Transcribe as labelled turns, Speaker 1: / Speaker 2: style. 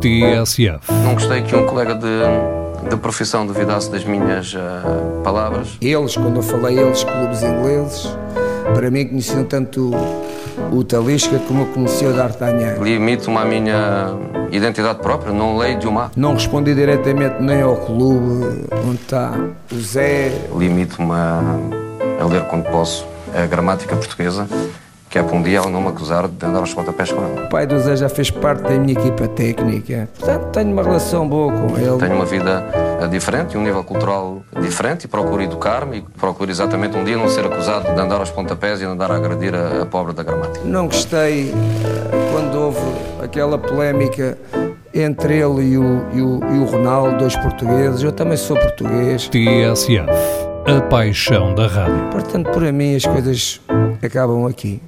Speaker 1: TSF.
Speaker 2: Não gostei que um colega de, de profissão duvidasse das minhas ah, palavras.
Speaker 3: Eles, quando eu falei eles, clubes ingleses, para mim conheciam tanto o, o Talisca como eu conhecia o D'Artagnan.
Speaker 2: Limito-me à minha identidade própria, não leio de uma.
Speaker 3: Não respondi diretamente nem ao clube onde está o Zé.
Speaker 2: Limito-me a, a ler quando posso a gramática portuguesa, que é para um dia ela não me acusar de andar aos pontapés com ela.
Speaker 3: O pai do Zé já fez parte da minha equipa técnica. Portanto, tenho uma relação boa com ele.
Speaker 2: Tenho uma vida ah, diferente e um nível cultural diferente e procuro educar-me e procuro exatamente um dia não ser acusado de andar aos pontapés e de andar a agredir a, a pobre da gramática.
Speaker 3: Não gostei eh, quando houve aquela polémica entre ele e o, e o- e o Ronaldo, dois portugueses. Eu também sou português.
Speaker 1: TSF. A paixão da rádio.
Speaker 3: Portanto, para mim, as coisas acabam aqui.